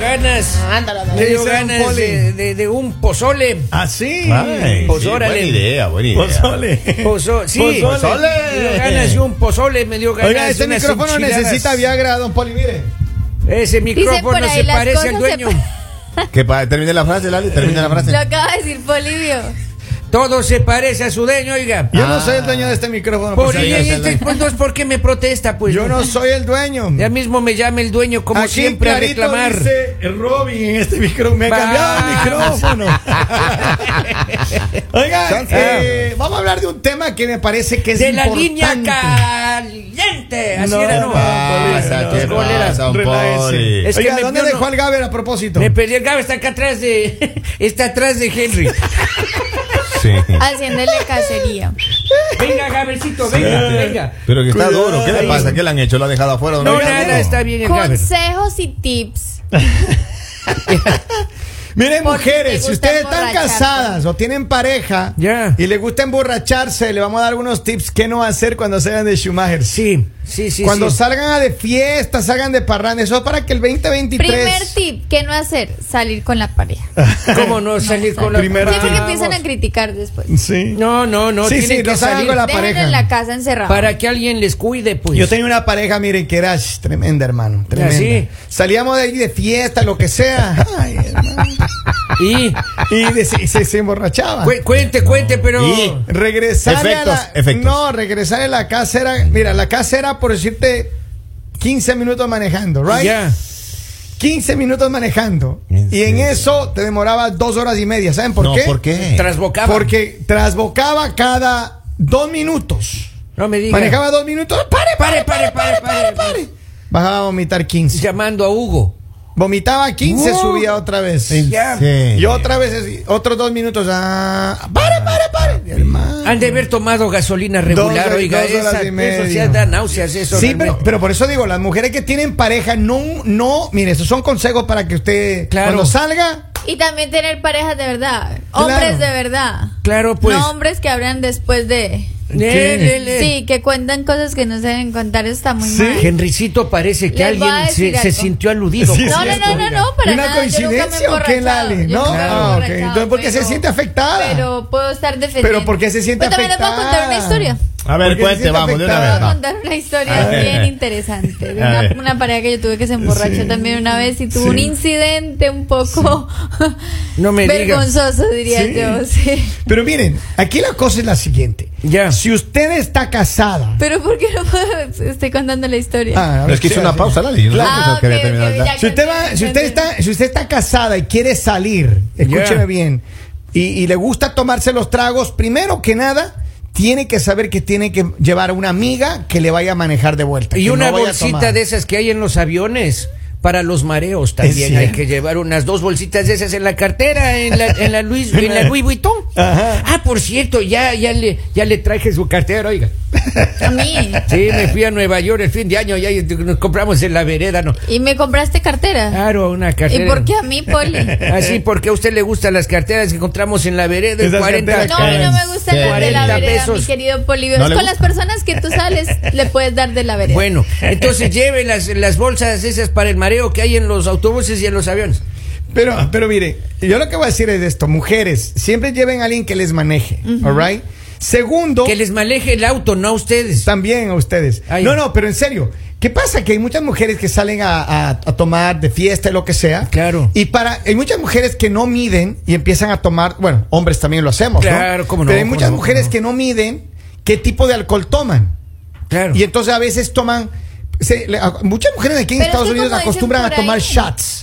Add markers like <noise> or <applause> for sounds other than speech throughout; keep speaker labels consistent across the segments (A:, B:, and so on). A: ganas.
B: Ándala, dale.
A: Le dio
C: Dice un
A: ganas
C: poli.
A: de, de- de un pozole.
C: Así.
D: Ay,
A: Pues
D: sí, buena
A: órale.
D: idea, buena
C: Pues
D: idea.
C: Pozole.
A: Pozo- sí,
C: Pozole.
D: Pozole.
A: Me dio ganas de un pozole, me dio ganas
C: Oiga, este
A: unas
C: micrófono
A: enchiladas.
C: necesita Viagra, don Poli, mire.
A: Ese
B: Dicen por
A: micrófono
B: ahí
A: se
B: las
A: parece
B: cosas
A: al dueño.
B: se
D: Que pa- termine la frase, Lali, termine la
B: Lo
D: frase.
B: acaba de decir Polivio.
A: Todo se parece a su dueño, oiga.
C: Yo
D: Ah.
C: no soy el dueño de este micrófono.
A: Por
C: por si
A: ahí,
C: acaso.
A: entonces, pues, no es porque me protesta, pues. <laughs>
C: Yo no soy el dueño.
A: Ya mismo me llama el dueño, como
C: Aquí
A: siempre, a
C: clarito
A: reclamar.
C: dice Robin en este micrófono. Me ha
A: Va.
C: cambiado el micrófono. Oiga, eh, vamos a hablar de un tema que me parece que es
A: de la
C: importante.
A: línea caliente. Así
C: No,
A: era,
C: no,
A: ¿no?
D: Pasa,
C: no,
D: ¿qué
C: no,
D: pasa, don
C: relájese.
D: Poli?
A: Es que
C: Oiga,
A: me-
C: ¿dónde
A: yo no-
C: dejó al Gaber a propósito?
A: Me perdí el Gabe, está acá atrás de. <laughs> Está atrás de Henry.
D: Sí.
B: Haciéndole cacería.
A: Venga, Gabecito, venga, venga.
D: Pero que está
C: Cuidado.
D: duro, ¿qué le pasa? ¿Qué le han hecho? ¿Lo han dejado afuera? don
A: No,
D: Gaber?
A: nada, está bien el Gabe.
B: Consejos y tips.
C: Miren,
B: Porque te
C: mujeres,
B: gusta
C: si ustedes están
B: emborracharte.
C: casadas o tienen pareja
A: Ya.
C: y les gusta emborracharse, le vamos a dar algunos tips que no hacer cuando salgan de Schumacher.
A: Sí, sí, sí.
C: cuando
A: sí.
C: salgan a de fiesta, salgan de parranda, eso es para que el 2023.
B: Primer tip, ¿qué no hacer? Salir con la pareja.
A: ¿Cómo no salir con la
C: Primero-
B: Sí, porque
A: Vamos.
B: empiezan a criticar después.
C: Sí.
A: No, no, no.
C: Sí,
A: tienen
C: sí,
A: que
C: no salgan
A: salir
C: con la
B: Dejen
C: pareja.
B: en la casa encerrada.
A: para que alguien les cuide, pues.
C: Yo tenía una pareja, miren, que era sh, tremenda, hermano. Tremenda.
A: sí?
C: Salíamos de ahí de fiesta, lo que
D: <laughs>
C: sea. Ay, hermano.
A: Y
C: y de- se, se- se emborrachaba.
A: cu- cuente, cuente, pero.
D: Y-
C: Regresar a la,
D: Efectos, efectos.
C: No, regresar a la casa era. Mira, la casa era, por decirte, 15 minutos manejando, ¿right?
A: Ya.
C: 15 minutos manejando.
D: ¿En
C: Y en
D: serio?
C: eso te demoraba dos horas y media. ¿Saben por
D: No,
C: qué?
D: ¿por qué?
A: Trasbocaba.
C: Porque trasbocaba cada dos minutos.
A: No me diga.
C: Manejaba dos minutos. ¡Pare,
A: Pare, pare, pare, pare, pare.
C: Bajaba a vomitar 15.
A: Llamando a Hugo.
C: Vomitaba 15,
A: No.
C: subía otra vez.
A: Ya.
D: Sí.
C: Y otra vez, así, otros dos minutos. ah, ¡Pare, pare, pare! Hermano.
A: Han de haber tomado gasolina regular,
C: Dos-
A: oiga.
C: dos horas
A: esa-
C: y media.
A: eso sí da náuseas, eso.
C: Sí,
A: realmente.
C: pero, pero por eso digo, las mujeres que tienen pareja, no, no, mire, esos son consejos para que usted
A: Claro.
C: cuando salga,
B: Y también tener parejas de verdad.
C: Claro.
B: Hombres de verdad.
A: Claro, pues.
B: No hombres que hablan después de.
A: Le, le, le.
B: Sí, que cuentan cosas que no se deben contar, está muy mal.
A: Henricito parece que
B: Les voy a
A: alguien
B: decir
A: se, se
B: algo. <laughs>
A: sintió aludido.
C: Sí,
A: por
C: es
B: No, no,
A: esto,
B: no, no,
A: oiga.
B: no, para
C: ¿Una
B: nada.
C: coincidencia
B: yo
C: o
B: nunca
C: qué,
B: me he emborrachado,
C: Lali?
B: yo
C: No,
B: nunca me he
C: ah, ok.
B: emborrachado,
C: Entonces, ¿por qué se
B: pero-
C: siente afectada?
B: Pero puedo estar defendiendo.
C: Pero ¿por qué se siente
B: Pues también le puedo contar una
C: afectada?
B: historia.
D: A
C: Porque
D: ver,
C: se
D: cuente,
C: siente
D: vamos, de una
B: Puedo
D: vez.
C: afectada.
D: va.
B: contar una
D: A
B: historia
D: ver.
B: bien interesante. De
D: A
B: una,
D: ver.
B: una pareja que yo tuve que se emborrachó
C: Sí.
B: también una vez y tuvo
C: Sí.
B: un incidente un poco <laughs>
A: No me digas.
B: vergonzoso, diría
C: Sí.
B: yo. Sí.
C: Pero miren, aquí la cosa es la siguiente.
A: Ya.
C: Si usted está casada.
B: Pero ¿por qué no puedo? Estoy contando la historia.
C: Ah, a
D: No,
C: ver,
D: es que hizo
C: sí,
D: una
C: sí.
D: pausa, Lali. Yo no
B: Claro.
D: sé que quería
B: Ah, ok,
D: terminar.
B: ok,
D: la-
B: ya.
C: Si usted, va- si usted está, si usted está casada y quiere salir, escúcheme
A: Ya.
C: bien, y, y le gusta tomarse los tragos, primero que nada, tiene que saber que tiene que llevar a una amiga que le vaya a manejar de vuelta.
A: Y
C: que
A: una
C: no vaya a
A: bolsita
C: tomar.
A: de esas que hay en los aviones. Para los mareos también hay
C: cierto.
A: que llevar unas dos bolsitas de esas en la cartera, en la, en la, Luis,
C: <laughs>
A: en la Louis Vuitton.
C: Ajá.
A: Ah, por cierto, ya, ya, le, ya le traje su cartera, oiga.
C: <laughs>
B: A mí.
A: Sí, me fui a Nueva York el fin de año, ya nos compramos en la vereda, ¿no?
B: Y me compraste cartera.
A: Claro, una
C: Ah,
A: cartera.
B: ¿Y por qué a mí, Poli?
A: Así, porque a usted le gustan las carteras que encontramos en la vereda, en
C: Esas
A: 40
C: carteras
B: No, a mí no me gustan las de la
A: 40
B: vereda, mi
A: pesos.
B: querido Polivio.
D: ¿No
B: Es
D: le
B: con
D: gusta?
B: las personas que tú sales,
D: <laughs>
B: le puedes dar de la vereda.
A: Bueno, entonces
C: <laughs>
A: lleve las, las bolsas esas para el mareo que hay en los autobuses y en los aviones.
C: Pero, pero mire, yo lo que voy a decir es esto, mujeres, siempre lleven a alguien que les maneje, alright? Segundo,
A: Que les maneje el auto, no a ustedes.
C: también a ustedes.
A: Ay.
C: No, no, pero en serio, ¿qué pasa? Que hay muchas mujeres que salen a, a- a tomar de fiesta y lo que sea.
A: Claro.
C: Y para, hay muchas mujeres que no miden y empiezan a tomar, bueno, hombres también lo hacemos, ¿no?
A: Claro, cómo no,
C: Pero hay
A: cómo
C: muchas
A: no, cómo
C: mujeres
A: no.
C: que no miden qué tipo de alcohol toman.
A: Claro.
C: Y entonces a veces toman, se- le- a- muchas mujeres aquí en
B: Pero es
C: Estados
B: que
C: Unidos
B: como dicen
C: acostumbran a
B: por
C: tomar
B: ahí-
C: shots.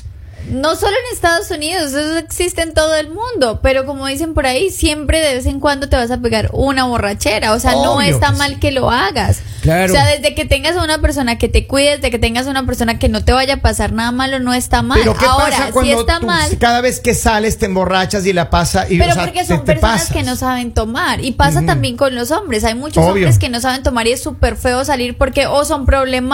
B: No solo en Estados Unidos, eso existe en todo el mundo, pero como dicen por ahí, siempre de vez en cuando te vas a pegar una borrachera, o sea, no
C: Obvio
B: está
C: que
B: mal que lo hagas.
A: Claro.
B: O sea, desde que tengas a una persona que te cuides, de que tengas a una persona que no te vaya a pasar nada malo, no está mal.
C: Pero ¿qué
B: Ahora,
C: pasa cuando
B: si está
C: tú-
B: mal,
C: cada vez que sales te emborrachas y la pasa y
B: pero
C: o sea,
B: porque
C: te-
B: son
C: te
B: personas
C: pasas?
B: que no saben tomar. Y pasa también con los hombres. Hay muchos
C: Obvio.
B: hombres que no saben tomar y es súper feo salir porque o son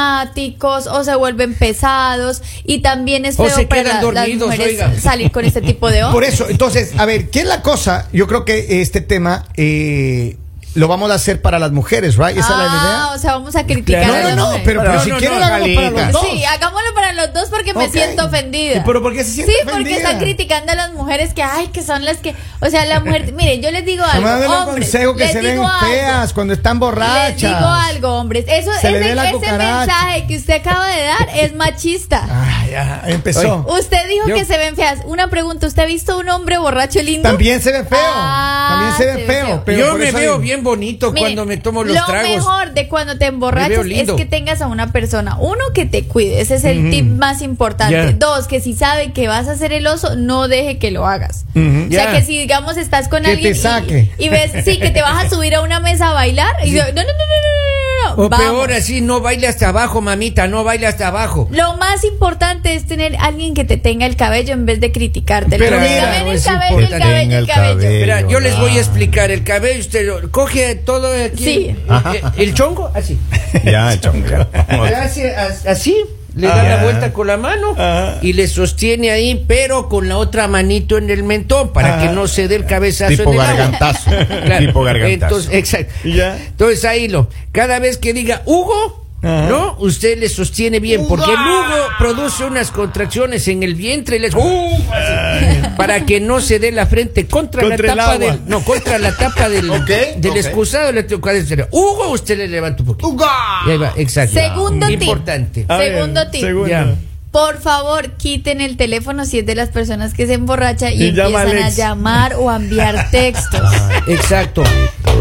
B: problemáticos o se vuelven pesados. Y también es
A: O
B: feo
A: se
B: para
A: quedan
B: la- las
A: dormidos,
B: mujeres
A: oiga.
B: <laughs> salir
C: <laughs>
B: con este tipo de hombres.
C: Por eso, entonces, a ver, ¿qué es la cosa? Yo creo que este tema eh, lo vamos a hacer para las mujeres, ¿right? Esa es la idea.
B: Ah, o sea, vamos a criticar
A: Claro.
B: a
C: No, no,
B: los
C: no,
B: hombres.
C: pero, pero
A: Pero
C: si
A: no,
C: quieren
A: no,
C: hagámoslo para los
A: Jalita.
C: dos.
B: Sí, hagámoslo para los dos porque me
C: Ok.
B: siento ofendida.
C: Eh, pero ¿por qué se siente
B: Sí, porque
C: ofendida?
B: están criticando a las mujeres que, ay, que son las que. O sea, la mujer. Mire, yo
C: <laughs>
B: les digo algo.
C: Además, denle un
B: hombres,
C: consejo que
B: les
C: se ven
B: digo algo.
C: feas cuando están borrachas.
B: Les digo algo, hombres. Eso,
C: Se le
B: ese,
C: ve la
B: ese
C: cucaracha.
B: mensaje que usted acaba de dar es machista.
C: Ay, ya, empezó.
B: Usted dijo
A: Ah. Yo-
B: que se ven feas. Una pregunta, ¿usted ha visto un hombre borracho lindo?
C: También se ve feo.
B: Ah,
C: también se ve feo. pero
A: Yo
C: por
A: me
C: eso
A: veo
C: digo.
A: bien bonito
B: Miren,
A: cuando me tomo los
B: lo
A: tragos.
B: mejor de cuando te
A: Me veo
B: emborrachas es
A: lindo.
B: que tengas a una persona. Uno, que te cuide. Ese es el tip más importante.
A: Ya.
B: Dos, que si sabe que vas a ser el oso, no deje que lo hagas.
C: Ujú.
B: O
A: Ya.
B: sea, que si, digamos, estás con
C: Que te
B: alguien y-
C: saque.
B: Y, ves, sí, que te vas a subir a una mesa a bailar. Y yo, no, no, no, no, no, no, no.
A: O
B: Vamos.
A: peor así, no baile hasta abajo, mamita, no baile hasta abajo.
B: Lo más importante es tener alguien que te tenga el cabello en vez de criticarte.
C: Pero
B: Porque
C: mira, pues,
B: también el
A: es
B: cabello, el
D: importante.
B: cabello, el
D: Tenga el
B: cabello.
D: cabello.
A: Mira, yo les
D: Ah.
A: voy a explicar el cabello. Usted lo- coge todo aquí.
B: Sí.
A: Ajá. Eh, El, chongo, así.
D: Ya, chonca.
C: <laughs>
A: Le hace as- así.
C: Ah,
A: Le da la vuelta con la mano y le sostiene ahí, pero con la otra manito en el mentón para
C: Ah.
A: que no se dé el cabezazo
D: Tipo
A: en el agua.
D: gargantazo.
A: <laughs> Claro.
D: Tipo gargantazo.
A: Entonces, exacto.
C: Ya.
A: Entonces ahí lo. Cada vez que diga Hugo,
C: Ajá.
A: ¿no? Usted le sostiene bien, porque el Hugo produce unas contracciones en el vientre y les. ¡Uh! Así. <laughs> para que no se dé la frente contra,
C: Contra
A: la
C: el
A: tapa
C: agua.
A: del. No, contra la tapa
C: <laughs>
A: del,
D: Ok,
A: del
D: ok.
A: excusado. Le tengo que decir, Hugo, usted le levanta un poquito. Y ahí va, exacto.
B: Segundo tip.
A: Importante.
B: Ah,
C: A ver,
B: Segundo tip.
C: segundo.
A: Ya.
B: Por favor, quiten el teléfono si es de las personas que se emborracha y,
C: Y llama
B: empiezan
C: Alex.
B: a
C: Ah,
B: llamar o
C: <laughs>
B: a enviar textos.
A: Exacto.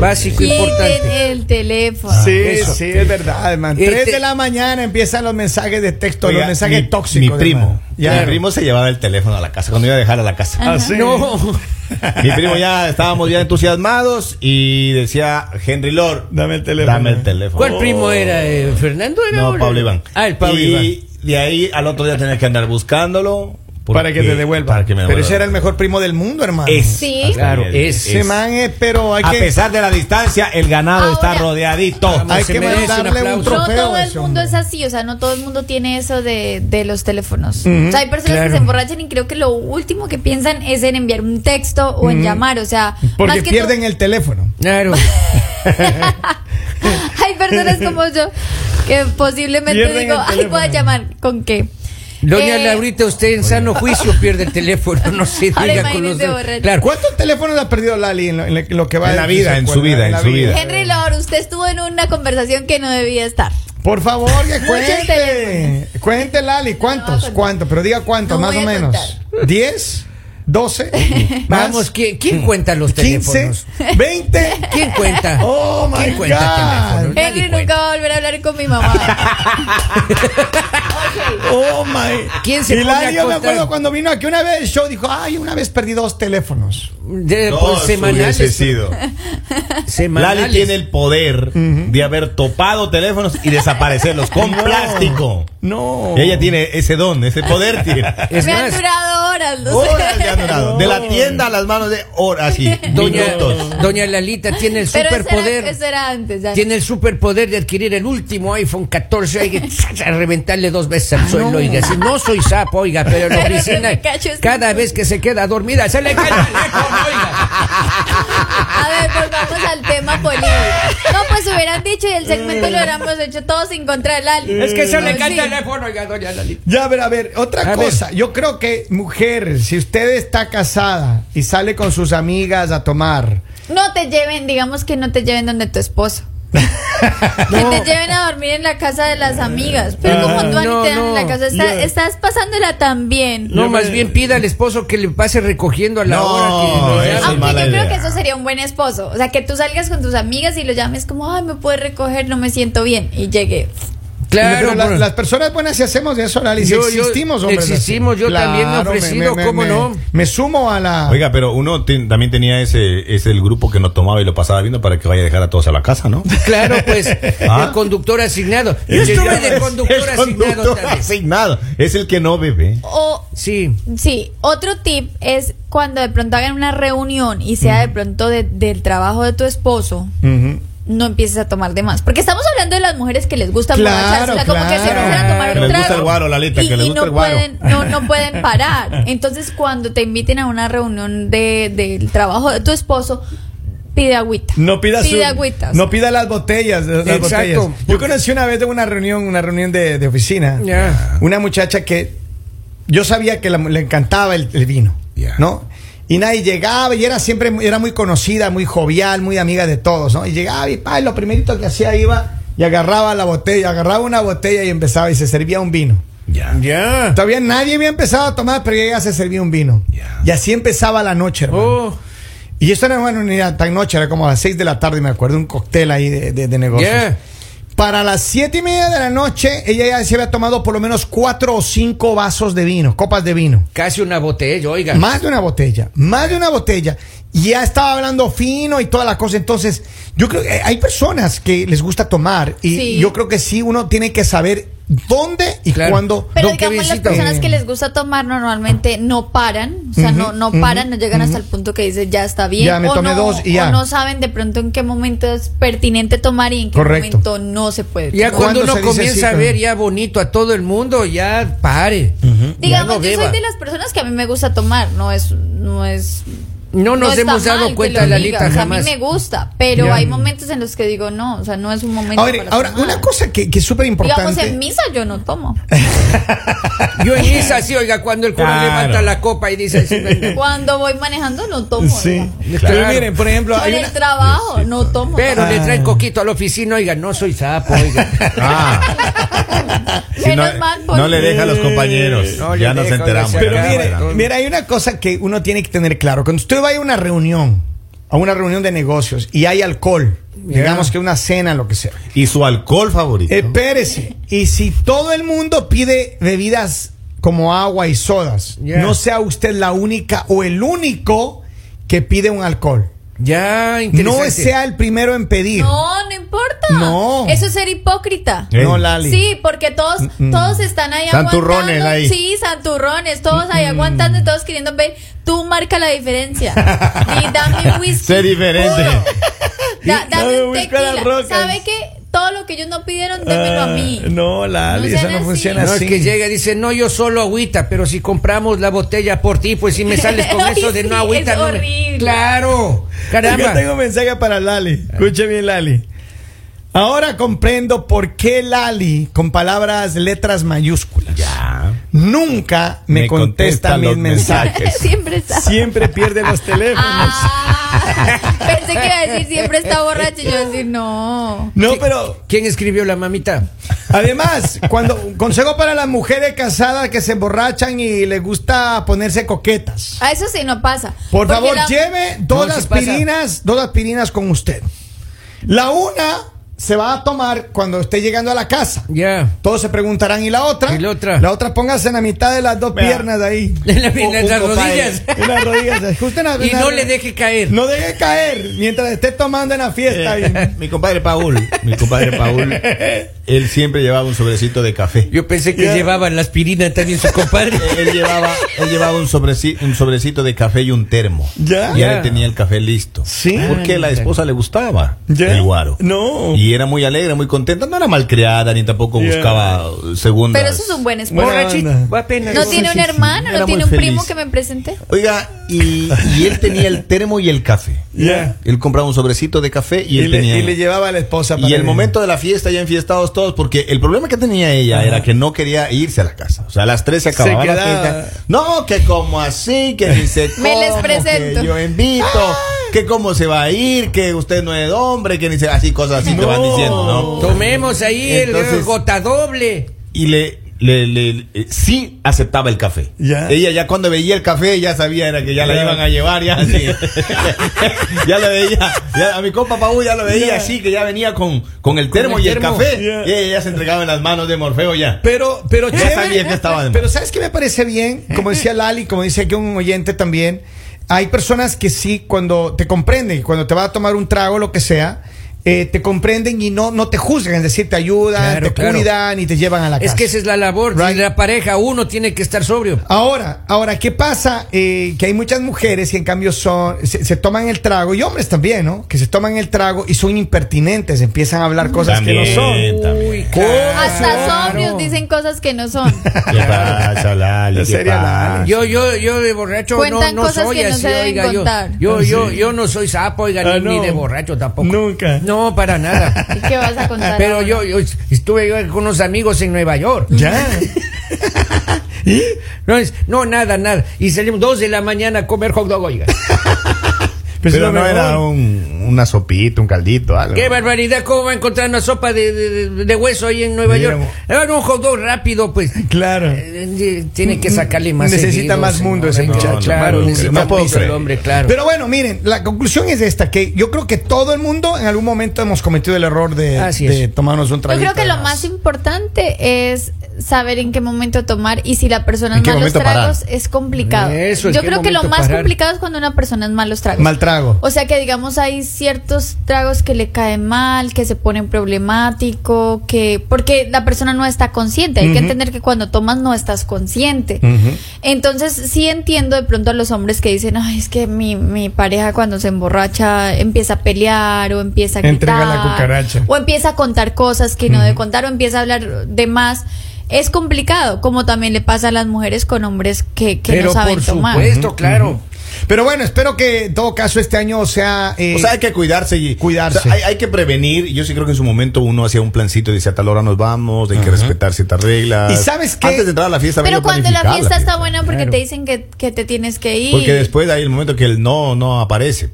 A: Básico,
B: Quiten
A: importante.
B: el teléfono.
C: Sí,
A: Eso.
C: sí, es verdad, hermano.
A: Este-
C: 3 de la mañana empiezan los mensajes de texto,
D: Oiga,
C: los mensajes
D: mi-
C: tóxicos.
D: Mi primo.
C: hermano. Ya.
D: Mi primo se llevaba el teléfono a la casa cuando iba a dejar a la casa.
B: Ah, sí.
A: No.
D: <laughs> Mi primo ya estábamos ya entusiasmados y decía Henry Lord,
C: Dame el teléfono.
D: Dame el teléfono.
A: ¿Cuál primo era? eh, ¿Fernando era?
D: No,
A: o-
D: Pablo Iván.
A: Ah, el Pablo
D: y
A: Iván.
D: de ahí al otro día tenías que andar buscándolo.
C: Para que
D: porque-
C: te devuelva.
D: Para que me
C: pero
D: devuelva.
C: ese era el mejor primo del mundo, hermano.
D: Es.
B: Sí.
D: Así
A: Claro, es.
C: Ese man es, pero hay
D: A
C: que.
D: pesar de la distancia, el ganado está
B: Ahora-
D: rodeadito.
A: Vamos.
C: Hay
A: se
C: que
A: merece un
C: mandarle un,
A: aplauso.
B: No
C: trofeo.
B: todo
C: a
B: el
C: ese
B: mundo
C: hombre.
B: es así, o sea, no todo el mundo tiene eso de, de los teléfonos. O sea, hay personas
A: claro.
B: que se emborrachan y creo que lo último que piensan es en enviar un texto o en llamar, o sea,
C: Porque
B: más que
C: pierden
B: todo-
C: el teléfono.
B: <laughs>
A: Claro.
B: hay personas como yo que posiblemente
C: Pierden
B: digo,
C: el
B: ay, voy a
C: teléfono".
B: llamar, ¿con qué?
A: Doña
B: Eh,
A: Laurita, usted en sano juicio pierde el teléfono, no se diga
B: Ahora
A: con los
B: imagínese
A: dedos.
B: borracho.
A: Claro.
C: ¿Cuántos teléfonos ha perdido Lali en lo, en lo- en lo que va
D: En
C: de-
D: la vida,
C: se
D: en su
C: acuerda?
D: vida, en su vida.
B: Henry Lord, usted estuvo en una conversación que no debía estar.
C: Por favor, que
B: <laughs> Muchos
C: cuente.
B: teléfonos.
C: Cuente, Lali.
B: No voy a
C: ¿Cuántos?
B: contar.
C: ¿Cuántos? Pero diga cuántos,
B: No
C: más
B: voy
C: o
B: a
C: menos. ¿10?
B: <laughs>
C: ¿12? ¿Más?
A: Vamos, ¿quién, quién cuenta los
C: 15,
A: teléfonos?
C: 20.
A: ¿Quién
D: <laughs>
A: cuenta?
C: Oh my
A: ¿Quién cuenta
C: God.
A: teléfonos? Nadie
B: Henry nunca
A: cuenta.
B: va a volver a hablar con mi mamá. Ok.
C: Oh my.
A: ¿Quién se
C: Y
A: pone a
C: Lali, yo me
A: contar?
C: acuerdo cuando vino aquí una vez el show, dijo, ay, una vez perdí dos teléfonos.
A: De,
D: No,
A: por
D: eso
A: semanales.
D: hubiese
A: <laughs>
D: sido.
A: semanales.
D: Lali tiene el poder de haber topado teléfonos y desaparecerlos con plástico.
C: No.
D: Ella tiene ese don, ese poder
A: <laughs>
D: tiene.
A: <laughs> Es
B: Me
A: más,
B: han durado horas, no
A: <laughs>
B: sé.
D: Horas le han durado. De la tienda a las manos de horas, así,
A: doña,
D: minutos.
A: doña Lalita tiene el
B: Pero eso
A: superpoder.
B: era, eso era antes. ya.
A: Tiene el superpoder de adquirir el último iPhone 14
B: <laughs>
A: hay que <laughs> a reventarle dos veces al suelo, oiga. Si no soy sapo, oiga, pero en la
B: Ah, <laughs> Pero que
A: oficina,
B: me cacho es-
A: cada vez que se queda dormida, se le cae el teléfono,
B: <laughs>
A: oiga.
B: A ver, volvamos al tema político. No, pues hubieran dicho y el segmento lo hubiéramos hecho todos en contra de Lali.
A: Es que se le cae
B: No, Pues sí.
A: el teléfono, oiga, doña Lalita.
C: Ya, a ver, a ver, otra
A: A ver.
C: cosa. Yo creo que, mujer, si usted está casada y sale con sus amigas a tomar,
B: No te lleven, digamos que no te lleven donde
D: <laughs>
B: tu esposo. Que te lleven a dormir en la casa de las amigas. Pero
D: Ah.
B: como tú Ani,
A: no,
B: te dan en la
A: no.
B: casa, está-
C: Yo-
B: estás pasándola tan bien.
A: No, más bien pida al esposo que le pase recogiendo a la
D: No,
A: hora que
D: eso es
B: Aunque
D: mala
B: yo creo
D: idea.
B: que eso sería un buen esposo. O sea, que tú salgas con tus amigas y lo llames como, ay, me puedes recoger, no me siento bien. Y llegue.
A: Claro,
C: Pero la-
A: por-
C: las personas buenas si hacemos eso, análisis,
A: Yo- yo-
C: existimos, hombres. así.
A: existimos, yo también me he ofrecido, ¿cómo no?
C: Me sumo a
A: Ah.
C: la.
D: Oiga, pero uno ten- también tenía ese, ese el grupo que no tomaba y lo pasaba viendo para que vaya a dejar a todos a la casa,
A: <laughs>
D: ¿no?
A: claro, pues,
D: Ah.
A: el conductor asignado. Yo estuve de conductor
D: <laughs> El
A: asignado
D: conductor
A: también.
D: asignado. Es el que no bebe.
B: O
A: Sí.
B: Sí, otro tip es cuando de pronto hagan una reunión y sea de pronto de- del trabajo de tu esposo.
C: Ujú.
B: No empieces a tomar de más. Porque estamos hablando de las mujeres que les gusta
C: Claro,
B: emborracharse, o sea, como que se
C: claro.
B: empiezan a tomar
D: Que
B: un
D: les gusta
B: trago.
D: el guaro, Lalita,
B: y,
D: que les
B: y
D: gusta
B: no,
D: el guaro.
B: pueden, no, no pueden parar. Entonces, cuando te inviten a una reunión de, del trabajo de tu esposo, pide agüita.
E: No pida
B: Pide
E: su-
B: agüitas.
E: No pida las botellas. las
C: Exacto.
E: botellas.
C: Yo conocí una vez de una reunión, una reunión de, de oficina,
A: Ya.
C: una muchacha que yo sabía que la- le encantaba el, el vino,
D: Ya.
C: ¿no? Y nadie llegaba y era siempre era muy conocida, muy jovial, muy amiga de todos, ¿no? Y llegaba y pa, y lo primerito que hacía iba y agarraba la botella, agarraba una botella y empezaba y se servía un vino.
D: Ya.
A: Ya.
C: Todavía nadie había empezado a tomar, pero ella ya se servía un vino.
D: Ya.
C: Y así empezaba la noche, hermano.
A: Oh,
C: Y esto no era una unidad tan noche, era como a las 6 de la tarde, me acuerdo, un cóctel ahí de, de, de negocios.
A: Yeah.
C: Para las siete y media de la noche, ella ya se había tomado por lo menos cuatro o cinco vasos de vino, copas de vino.
A: casi una botella, oiga.
C: Más de una botella, más de una botella. Y ya estaba hablando fino y toda la cosa. Entonces, yo creo que hay personas que les gusta tomar y
B: Sí.
C: yo creo que sí uno tiene que saber dónde y
A: Claro.
C: cuándo.
B: Pero
A: Don
B: digamos, las
A: Kevincito.
B: personas
C: Eh.
B: que les gusta tomar normalmente no paran, o sea, no, no paran, no llegan hasta el punto que dice ya está bien,
C: Ya me
B: o,
C: tomé
B: no,
C: dos y ya.
B: o no saben de pronto en qué momento es pertinente tomar y en qué
C: Correcto.
B: momento no se puede.
A: Ya
B: tomar.
A: cuando
C: ¿Cuándo
A: uno
C: se dice
A: comienza
C: sí,
A: a
C: con-
A: ver ya bonito a todo el mundo, ya pare. Ya
B: Digamos,
A: no
B: yo
A: beba.
B: soy de las personas que a mí me gusta tomar, no es, no es.
A: No nos
B: está
A: hemos dado
B: mal que
A: cuenta,
B: lo
A: Lalita,
B: digas,
A: jamás.
B: A mí me gusta, pero
A: Ya.
B: hay momentos en los que digo no, o sea, no es un momento.
C: Ahora,
B: para
C: ahora
B: tomar.
C: una cosa que, que es súper
B: Digamos,
C: importante.
B: en misa yo no tomo.
A: Yo en misa sí, oiga, cuando el cura
D: Claro.
A: levanta la copa y dice, "Sí,
B: <laughs>
A: venga".
B: Cuando voy manejando no tomo.
E: Sí.
B: digamos.
A: Claro.
E: Pero miren, por ejemplo,
B: Yo
E: hay
B: en
E: una-
B: el trabajo no tomo. Ah.
A: pero le traen coquito a la oficina, oiga, no soy sapo,
D: <laughs>
A: oiga.
D: Ah.
A: <laughs>
D: Si
B: Menos
D: no,
B: mal,
D: no le
B: porque-
D: deja a los compañeros.
A: No le
D: ya nos
A: deja,
D: enteramos.
A: oiga, se
D: ya nos
A: acaba.
C: Mire,
D: enteramos.
C: mira, hay una cosa que uno tiene que tener claro. Cuando usted vaya a una reunión, a una reunión de negocios y hay alcohol, digamos que una cena, lo que sea.
D: Y su alcohol favorito.
A: Eh,
D: <laughs>
C: Espérese. Y si todo el mundo pide bebidas como agua y sodas,
A: Yeah.
C: no sea usted la única o el único que pide un alcohol.
A: Ya,
C: No
A: interesante.
C: sea el primero en pedir.
B: No, no importa.
C: No.
B: Eso es ser hipócrita.
D: Eh.
C: No, Lali.
B: Sí, porque todos, todos están ahí
D: Santurrones
B: aguantando.
D: ahí.
B: Sí, santurrones, todos ahí aguantando y todos queriendo ver. Tú marca la diferencia.
D: <laughs>
B: Y dame whisky.
D: Sé diferente.
B: puro. Da-
E: Y-
B: dame
E: dame
B: un
E: whisky a las
B: tequila.
E: rocas.
B: ¿Sabe qué? Todo lo que ellos no pidieron, démelo a mí. <laughs>
E: Ah, No, Lali,
B: No
E: eso
B: sean
E: no
B: así.
E: funciona
A: No, es
E: así.
A: que llega y dice, no, yo solo agüita, pero si compramos la botella por ti, pues si
B: <laughs>
A: me sales con
B: Ay,
A: eso de
B: sí,
A: no agüita.
B: es
A: no me-
B: horrible.
A: Claro,
E: Yo
A: caramba.
E: tengo un mensaje para Lali.
C: Escuche bien, Lali. Ahora comprendo por qué Lali, con palabras, letras mayúsculas,
D: Ya.
C: nunca me,
D: Me
C: contesta,
D: contesta
C: mis
D: los
C: mensajes.
B: Siempre está.
E: Siempre pierde los teléfonos.
B: Ah, <laughs> pensé que iba a decir siempre está borracho. Y yo iba a decir no.
E: No, pero
A: ¿Quién escribió la mamita?
C: Además, cuando un consejo para las mujeres casadas que se emborrachan y les gusta ponerse coquetas.
B: A eso sí no pasa.
C: Por
B: Porque
C: favor,
B: la-
C: lleve dos
A: No, sí pasa.
C: aspirinas, dos aspirinas con usted. La una se va a tomar cuando esté llegando a la casa.
A: Ya.
C: Todos se preguntarán, ¿y la otra?
A: ¿Y la otra?
C: La otra póngase en la mitad de las dos
E: Vea.
C: piernas de ahí.
A: <laughs> En la- en
C: O- un
A: las
C: copaína.
A: rodillas.
C: En
A: <laughs>
C: las rodillas. justo en la-
A: Y
C: en la-
A: no le deje caer.
C: No deje caer mientras esté tomando en la fiesta.
D: Eh,
C: y-
D: mi compadre Paul, mi
A: <laughs>
D: compadre Paul, él siempre llevaba un sobrecito de café.
A: Yo pensé que llevaban la aspirina también su compadre.
D: Él llevaba, él llevaba un, sobreci- un sobrecito de café y un termo.
E: Ya.
D: Y
A: Ya.
D: él tenía el café listo.
E: Sí.
D: Porque
B: Ah,
D: la esposa le gustaba
E: Ya.
D: el guaro.
E: No.
D: Y era muy alegre, muy contenta. No era malcriada, ni tampoco
E: Ya.
D: buscaba segundas.
B: Pero eso es un buen esposo.
E: Buena
A: Borrachito,
E: onda.
A: va apenas.
B: No tiene un
D: sí, sí.
B: hermano,
D: Era
B: no tiene un
D: muy
B: primo
D: feliz.
B: que me presente.
D: Oiga, y, y él tenía el termo y el café.
E: Ya.
D: Él compraba un sobrecito de café y,
C: Y,
D: él
C: le,
D: tenía.
C: y le llevaba a la esposa.
D: Y
C: para
D: el
C: que-
D: momento de la fiesta, ya enfiestados todos, porque el problema que tenía ella era que no quería irse a la casa. O sea, a las 3 se acababa
E: Se
D: la
E: quedaba.
D: fiesta. No, que como así, que dice.
B: <laughs> Me les presento.
D: Que yo invito, que cómo se va a ir, que usted no es hombre, que ni se. Así, cosas así te van diciendo, ¿no?
A: Tomemos ahí el
D: Entonces-
A: gota doble.
D: Y le. le- le- eh, sí aceptaba el café.
E: Ya.
D: Ella ya cuando veía el café ya sabía era que ya la iban a llevar ya así. <laughs> ya la veía, ya, a mi compa Paú ya lo veía
E: Ya.
D: así que ya venía con, con el termo
A: el
D: y el
A: termo.
D: café.
E: Ya.
D: Y ella ya se entregaba en las manos de Morfeo ya.
E: Pero, pero
D: Ya
E: chévere.
D: sabía que estaba de
C: Pero ¿sabes qué me parece bien? Como decía Lali, como dice aquí un oyente también, hay personas que sí, cuando te comprenden, cuando te va a tomar un trago, lo que sea, eh, te comprenden y no, no te juzgan, es decir, te ayudan,
A: Claro,
C: te
A: claro.
C: cuidan y te llevan a la casa.
A: Es que esa es la labor de
C: Right.
A: la pareja, uno tiene que estar sobrio.
C: Ahora, ahora, ¿qué pasa? Eh, que hay muchas mujeres que en cambio son, se, se toman el trago, y hombres también, ¿no? Que se toman el trago y son impertinentes, empiezan a hablar cosas que no son.
D: También, también.
A: Uy,
C: ¿Cómo?
B: Hasta
C: Claro.
B: zombios dicen cosas que no son.
D: ¿Qué pasa, Lali?
C: En
D: ¿Qué
C: serio,
D: pasa?
C: Lali.
A: Yo, yo, yo de borracho no,
B: Cuentan
A: no
B: cosas
A: soy
B: que no
A: así,
B: se deben
A: oiga, yo,
B: contar.
A: yo, yo, yo no soy sapo, oiga,
E: Ah,
A: ni, ni
E: no.
A: de borracho tampoco.
E: Nunca.
A: No, para nada.
B: ¿Y qué vas a <laughs> contar?
A: Pero
B: ahora?
A: yo, yo estuve yo con unos amigos en Nueva York.
C: <laughs>
A: <laughs>
C: Ya.
A: No, es, no, nada, nada. Y salimos dos de la mañana a comer hot dog, oiga.
C: pues,
D: Pero no era un, una sopita, un caldito, algo.
A: Qué barbaridad, ¿cómo va a encontrar una sopa de, de- de- de hueso ahí en Nueva
D: Mira,
A: York?
D: mo-
A: Era un hot dog rápido, pues.
C: Claro.
A: Eh, eh, Tiene que sacarle más
C: Necesita
A: seguido,
C: más mundo ese
A: señor.
D: muchacho.
A: Claro,
D: No, no,
A: necesita
D: no puedo
A: piso el
D: creer.
A: hombre, claro.
C: Pero bueno, miren, la conclusión es esta, que yo creo que todo el mundo en algún momento hemos cometido el error de,
A: Así
C: de
A: es.
C: tomarnos un
B: Yo
C: trago.
B: creo que lo más importante es saber en qué momento tomar y si la persona
D: ¿En
B: es
D: qué
B: malos
D: momento parar?
B: tragos es complicado.
A: Eso, ¿en
B: Yo
A: qué
B: creo que lo
A: momento
B: más
A: parar?
B: complicado es cuando una persona es malos tragos.
C: Mal trago.
B: O sea que digamos hay ciertos tragos que le caen mal, que se ponen problemático, que porque la persona no está consciente. Hay que entender que cuando tomas no estás consciente. Entonces sí entiendo de pronto a los hombres que dicen, ay es que mi, mi pareja cuando se emborracha empieza a pelear o empieza a
C: Entrega
B: gritar,
C: la cucaracha.
B: o empieza a contar cosas que no debe contar o empieza a hablar de más. Es complicado, como también le pasa a las mujeres con hombres que, que
A: Pero
B: no saben
A: por
B: tomar.
A: supuesto, claro.
C: Pero bueno, espero que en todo caso este año sea... eh,
D: O sea, hay que cuidarse y
C: Cuidarse.
D: o sea, hay, hay que prevenir. Yo sí creo que en su momento uno hacía un plancito y decía a tal hora nos vamos, hay que respetar ciertas reglas.
C: ¿Y sabes qué?
D: Antes de entrar a la fiesta, había
B: Pero
D: que
B: cuando la
D: planificar
B: fiesta está buena porque
A: Claro.
B: te dicen que, que te tienes que ir.
D: Porque después hay el momento que el no no aparece.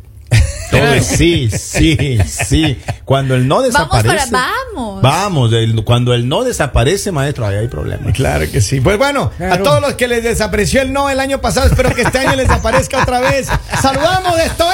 D: Todo es sí, sí, sí. Cuando el no
B: Vamos
D: desaparece.
B: para- vamos.
D: Vamos, el- cuando el no desaparece, maestro, ahí hay problemas.
C: Claro que sí. Pues bueno, a
A: Claro.
C: este todos los que les desapareció el no el año pasado, espero que este año les aparezca otra vez. Saludamos, esto